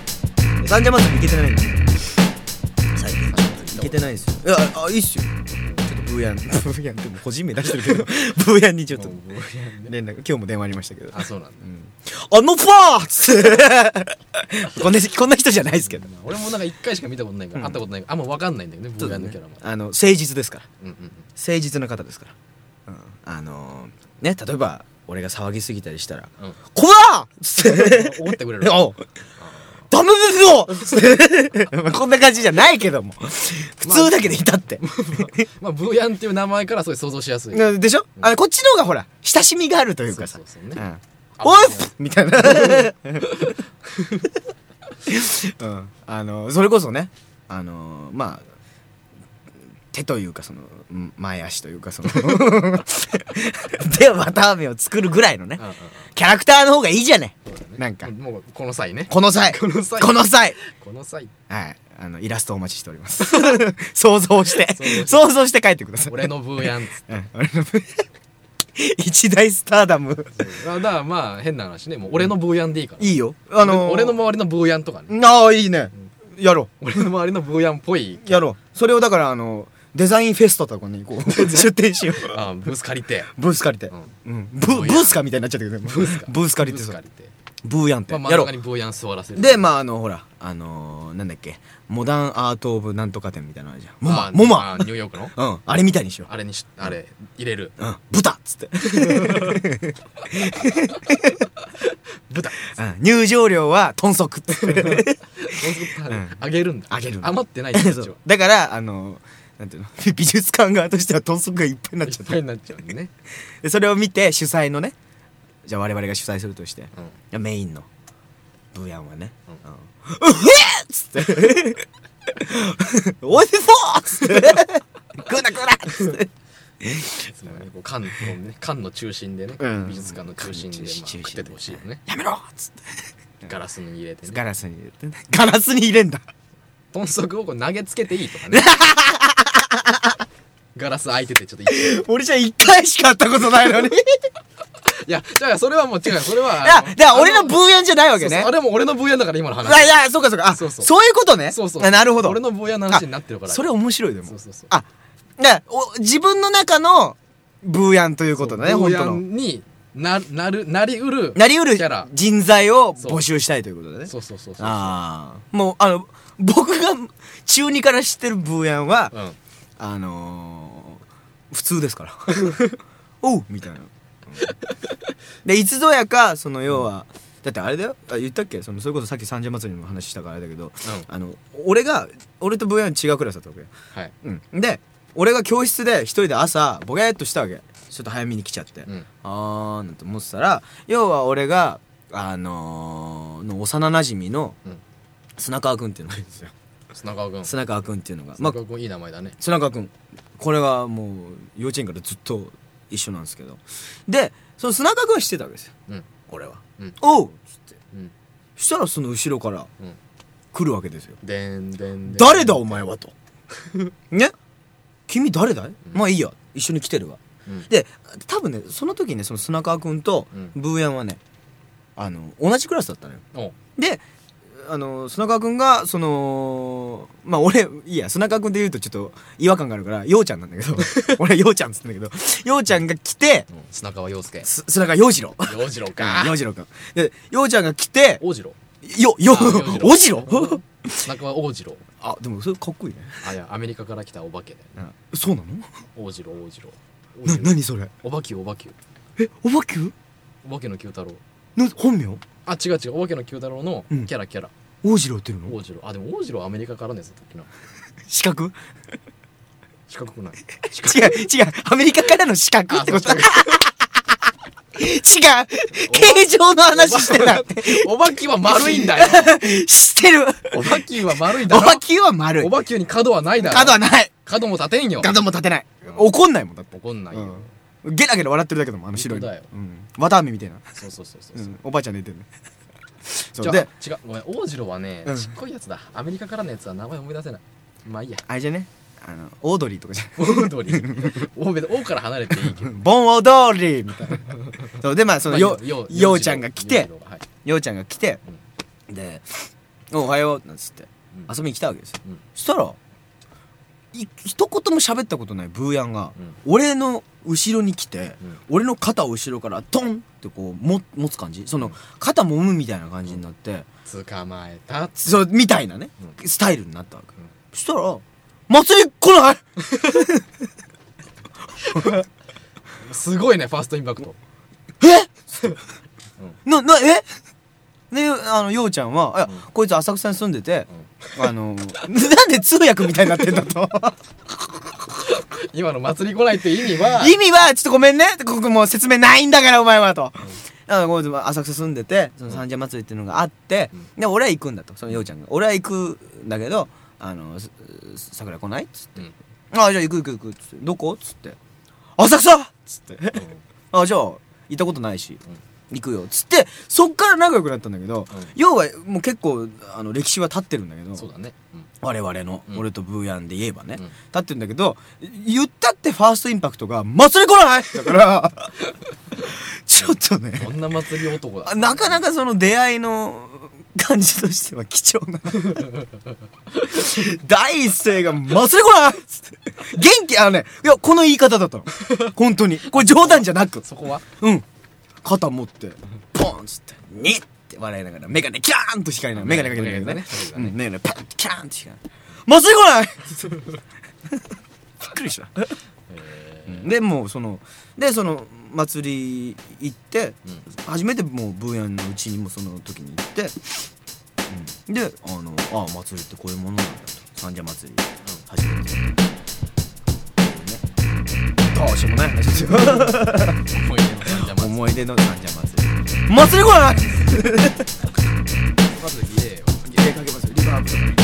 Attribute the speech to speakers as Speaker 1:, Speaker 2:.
Speaker 1: ね
Speaker 2: ランジャマンさん行けてないんですよ最近行けてないんですよいやあいいっすよちょっとブーヤンブーヤンでも個人名出してるけど ブーヤンにちょっと
Speaker 1: ブーヤンね
Speaker 2: 連絡今日も電話ありましたけど
Speaker 1: あそうなんだ
Speaker 2: あのパーっつって こんなこんな人じゃないですけど
Speaker 1: まあ俺もなんか一回しか見たことないから、
Speaker 2: うん
Speaker 1: 会ったことないからあんま分かんないんだよねブーヤンのキャラも、
Speaker 2: あの誠実ですから
Speaker 1: うんうんうん
Speaker 2: 誠実な方ですから、うん、あのー、ね例えば俺が騒ぎすぎたりしたら
Speaker 1: うん
Speaker 2: 「こら!」っつって
Speaker 1: 思ってく
Speaker 2: 「
Speaker 1: れる
Speaker 2: おうダメですよ!つって」まあ こんな感じじゃないけども普通だけでいたって、
Speaker 1: まあブーヤンっていう名前からすごい想像しやすい
Speaker 2: なでしょあのこっちの方がほら親しみがあるというかさ
Speaker 1: そうそう
Speaker 2: う
Speaker 1: そうね
Speaker 2: んおいっすみたいな、うん、あのそれこそねあのまあ手というかそのうん前足というかそ ので綿あめを作るぐらいのね
Speaker 1: うんうんうん
Speaker 2: キャラクターの方がいいじゃねなんか
Speaker 1: もうこの際ね
Speaker 2: この際
Speaker 1: この際
Speaker 2: この際
Speaker 1: この際
Speaker 2: はいあのイラストをお待ちしております 想像して
Speaker 1: 想像して
Speaker 2: 想像して書いてください
Speaker 1: 俺のブーヤンっつっ
Speaker 2: うん俺の 一大スターダム
Speaker 1: てあだからまあ変な話ねもう俺のブーヤンでいいから
Speaker 2: いいよあのー、
Speaker 1: 俺の周りのブーヤンとかね
Speaker 2: ああいいねやろ
Speaker 1: 俺の周りのブーヤンっぽいう
Speaker 2: やろうそれをだからあのデザインフェストとかに行こう 出店しよう
Speaker 1: あブース借りて
Speaker 2: ブース借りて、
Speaker 1: うん
Speaker 2: うんブーブースかみたいになっちゃったけどブースブース借りて
Speaker 1: ブース
Speaker 2: さ
Speaker 1: 借りて
Speaker 2: ブーヤンって、
Speaker 1: まあ真
Speaker 2: や
Speaker 1: ん
Speaker 2: ろ
Speaker 1: 中に
Speaker 2: う
Speaker 1: ブーヤン座らせる
Speaker 2: でまああのほらあのー、なんだっけモダンアート・オブなんとか展みたいなのあるじゃんモマ
Speaker 1: あ
Speaker 2: モマ
Speaker 1: あニューヨークの
Speaker 2: うんあれみたいにしよう
Speaker 1: あれにしあれ入れる
Speaker 2: うん豚っつって、
Speaker 1: 豚
Speaker 2: うん、入場料は豚足っつってうん
Speaker 1: あげるんだ
Speaker 2: あげるの
Speaker 1: 余ってないんだこっち
Speaker 2: そ
Speaker 1: は
Speaker 2: うだからあのーなんていうの 美術館側としては豚足がいっぱいになっ
Speaker 1: い
Speaker 2: ちゃ
Speaker 1: っ
Speaker 2: っ
Speaker 1: ぱい
Speaker 2: て
Speaker 1: になっちゃうんでね
Speaker 2: でそれを見て主催のねじゃあ我々が主催するとして、
Speaker 1: うん
Speaker 2: いやメインのブーヤンはね「
Speaker 1: う
Speaker 2: うんうえっ!」っつって「おいしそう!」っつって「食うな食うな!」っつって
Speaker 1: そうねこう缶のね缶の中心でね
Speaker 2: うん
Speaker 1: 美術館の中心でまあ
Speaker 2: 中心
Speaker 1: 食っててほしいよね
Speaker 2: 「やめろ!」っつって
Speaker 1: ガラスに入れてね
Speaker 2: ガラスに入れてねガラスに入れんだ
Speaker 1: 豚足をこう投げつけていい とかねガラス開いててちょっといい
Speaker 2: 俺じゃ一回しか会ったことないのにい
Speaker 1: いやだからそれはもう違うそれは
Speaker 2: や
Speaker 1: あの
Speaker 2: だから俺のブーヤンじゃないわ
Speaker 1: そ
Speaker 2: け
Speaker 1: うそう
Speaker 2: ね
Speaker 1: あれも俺の分野だから今の
Speaker 2: い
Speaker 1: 話
Speaker 2: やいやそうかそうかあ
Speaker 1: そ
Speaker 2: そうう
Speaker 1: そう
Speaker 2: いうことね
Speaker 1: そうそう
Speaker 2: あなるほど
Speaker 1: 俺の分野の話になってるから
Speaker 2: それ面白いでも
Speaker 1: そうそうそう
Speaker 2: あだからお自分の中のブーヤンということだね
Speaker 1: そう
Speaker 2: 本
Speaker 1: 坊
Speaker 2: 当
Speaker 1: や
Speaker 2: の
Speaker 1: んにななるなりうる
Speaker 2: なりうる
Speaker 1: キャラ
Speaker 2: 人材を募集したいということだね
Speaker 1: そうそうそうそう
Speaker 2: ああもうあの僕が中二から知ってるブーヤンは、
Speaker 1: うん
Speaker 2: あのー、普通ですから おうみたいな、うんでいつぞやかその要は、だってあれだよあ言ったっけそのそれこそさっき三社祭りの話したからあれだけど、あの俺が俺とブーヤン違うクラスだったわけよ
Speaker 1: はい
Speaker 2: うん、で俺が教室で一人で朝ボケーっとしたわけちょっと早めに来ちゃって、
Speaker 1: うん
Speaker 2: あーなんて思ってたら要は俺があのー、の幼なじみの
Speaker 1: うん
Speaker 2: 砂川くんっていうのがいるんですよ
Speaker 1: 砂川君
Speaker 2: 砂川くんっていうのが、ま
Speaker 1: 砂
Speaker 2: あ、
Speaker 1: 川君いい名前だね
Speaker 2: 砂川くんこれがもう幼稚園からずっと一緒なんですけどでその砂川くんは知ってたわけですよ
Speaker 1: うん
Speaker 2: 俺は
Speaker 1: うん
Speaker 2: 「おう!」っつって
Speaker 1: うん
Speaker 2: そしたらその後ろから
Speaker 1: うん
Speaker 2: 来るわけですよ
Speaker 1: でんでんでん
Speaker 2: 誰だお前はと ね君誰だい、まあいいや一緒に来てるわ、
Speaker 1: うん
Speaker 2: で多分ねその時ねその砂川君と
Speaker 1: うん
Speaker 2: ブーヤンはねあの同じクラスだったのよ
Speaker 1: おう
Speaker 2: であの砂川君がそのまあ俺いいや砂川君で言うとちょっと違和感があるからようちゃんなんだけ ど俺ようちゃんっつってんだけどようちゃんが来て
Speaker 1: うん砂川陽介
Speaker 2: す砂川陽次郎
Speaker 1: 陽次郎
Speaker 2: 陽
Speaker 1: か
Speaker 2: 次郎君で陽ちゃんが来て
Speaker 1: 王次郎
Speaker 2: よよ
Speaker 1: あ陽 次郎
Speaker 2: おじろ
Speaker 1: 砂川王次郎
Speaker 2: あでもそれかっこいいね
Speaker 1: あいやアメリカから来たお化けだよね
Speaker 2: そうなの
Speaker 1: 王次郎王次郎王
Speaker 2: な
Speaker 1: 次郎
Speaker 2: 何それ
Speaker 1: お化けお化け
Speaker 2: えおばきゅう
Speaker 1: お化けの九太郎
Speaker 2: な本名
Speaker 1: あ違う違うお化けの九太郎のキ
Speaker 2: うん
Speaker 1: ャラキャラ
Speaker 2: 王次郎っていうの
Speaker 1: 王次郎あでも王次郎アメリカからねずっとな
Speaker 2: 資格
Speaker 1: 四角く ない
Speaker 2: 違う違うアメリカからの資格ってことだ違う形状の話してたって
Speaker 1: おばきは丸い んだよ
Speaker 2: 知ってる
Speaker 1: おばきは丸い
Speaker 2: お
Speaker 1: だろ
Speaker 2: ばきゅうは丸い
Speaker 1: おばきゅうに角はないだろ
Speaker 2: 角はない
Speaker 1: 角も立てんよ
Speaker 2: 角も立てない怒んないもんだって
Speaker 1: 怒んないよ
Speaker 2: ゲラゲラ笑ってるだけだもんあの白いの
Speaker 1: 本当だよ
Speaker 2: うん綿あめみたいな
Speaker 1: そうそうそうそううん
Speaker 2: おばあちゃん寝てるねそう
Speaker 1: じゃ
Speaker 2: で
Speaker 1: あ違うごめん王次郎はね
Speaker 2: うん
Speaker 1: ちっこいやつだアメリカからのやつは名前思い出せないまあいいや
Speaker 2: あれじゃねあのオードリーとかじゃ
Speaker 1: オードリー王別に王から離れていいけど
Speaker 2: ボンオードリーみた いなそうでまあそのよ
Speaker 1: よ
Speaker 2: ようちゃんが来て
Speaker 1: ようちゃんがはい
Speaker 2: ようちゃんが来て、で「おおはよう」なんつって
Speaker 1: うん
Speaker 2: 遊びに来たわけですよ、
Speaker 1: うん
Speaker 2: そしたらい一言も喋ったことないブーヤンが、
Speaker 1: うん
Speaker 2: 俺の後ろに来て、
Speaker 1: うん
Speaker 2: 俺の肩を後ろからドンってこうも持つ感じその肩揉むみたいな感じになって、
Speaker 1: 捕まえた
Speaker 2: そうみたいなね、
Speaker 1: う
Speaker 2: スタイルになったわけ、
Speaker 1: うん
Speaker 2: そしたら「祭り来ない!」
Speaker 1: すごいねファーストインパクト
Speaker 2: え、な、な、えで、あの、ようちゃんは、いや、こいつ浅草に住んでて、あの、 なんで通訳みたいになってんだと。
Speaker 1: 今の祭り来ないって意味 は
Speaker 2: 意味は、ちょっとごめんね。ここもう説明ないんだから、お前は、と。だからこいつは浅草住んでて、その三社祭りっていうのがあって、で、俺は行くんだと、そのようちゃんが。俺は行くんだけど、あの、すす桜来ないっつって。
Speaker 1: うん
Speaker 2: ああ、じゃあ行く行く行くっつって。どこっつって。浅草っつって。
Speaker 1: う ん
Speaker 2: あじゃあ行ったことないし、行くよっつってそっから仲良くなったんだけど、要はもう結構あの歴史は経ってるんだけど
Speaker 1: そうだねうん
Speaker 2: 我々の、
Speaker 1: うん
Speaker 2: 俺とブーヤンで言えばね、
Speaker 1: うん
Speaker 2: 経ってるんだけど言ったってファーストインパクトが「祭り来ない!」だから ちょっとね
Speaker 1: こんな祭り男だ
Speaker 2: あなかなかその出会いの感じとしては貴重 な第一声が「祭り来ない!」っつって元気あのねいやこの言い方だったの本当にこれ冗談じゃなく
Speaker 1: そこは
Speaker 2: うん肩持ってポンっつってニッって笑いながら眼鏡キャーンと光りながら眼鏡かけてるけどね
Speaker 1: 眼
Speaker 2: う
Speaker 1: 鏡
Speaker 2: ん眼鏡パンキャーンと光りながら「祭り来ないびっくりした
Speaker 1: え
Speaker 2: うんでもうそのでその祭り行って、
Speaker 1: う
Speaker 2: 初めてもうブーヤンのうちにもその時に行って、うんであのああ祭りってこういうものなんだと三社祭り初めて、ねどうしようもない話ですよ
Speaker 1: ー思い出の三社祭
Speaker 2: 思い出の三社祭り祭り来ない
Speaker 1: まず言えよ
Speaker 2: 入れかけますよリバーブとか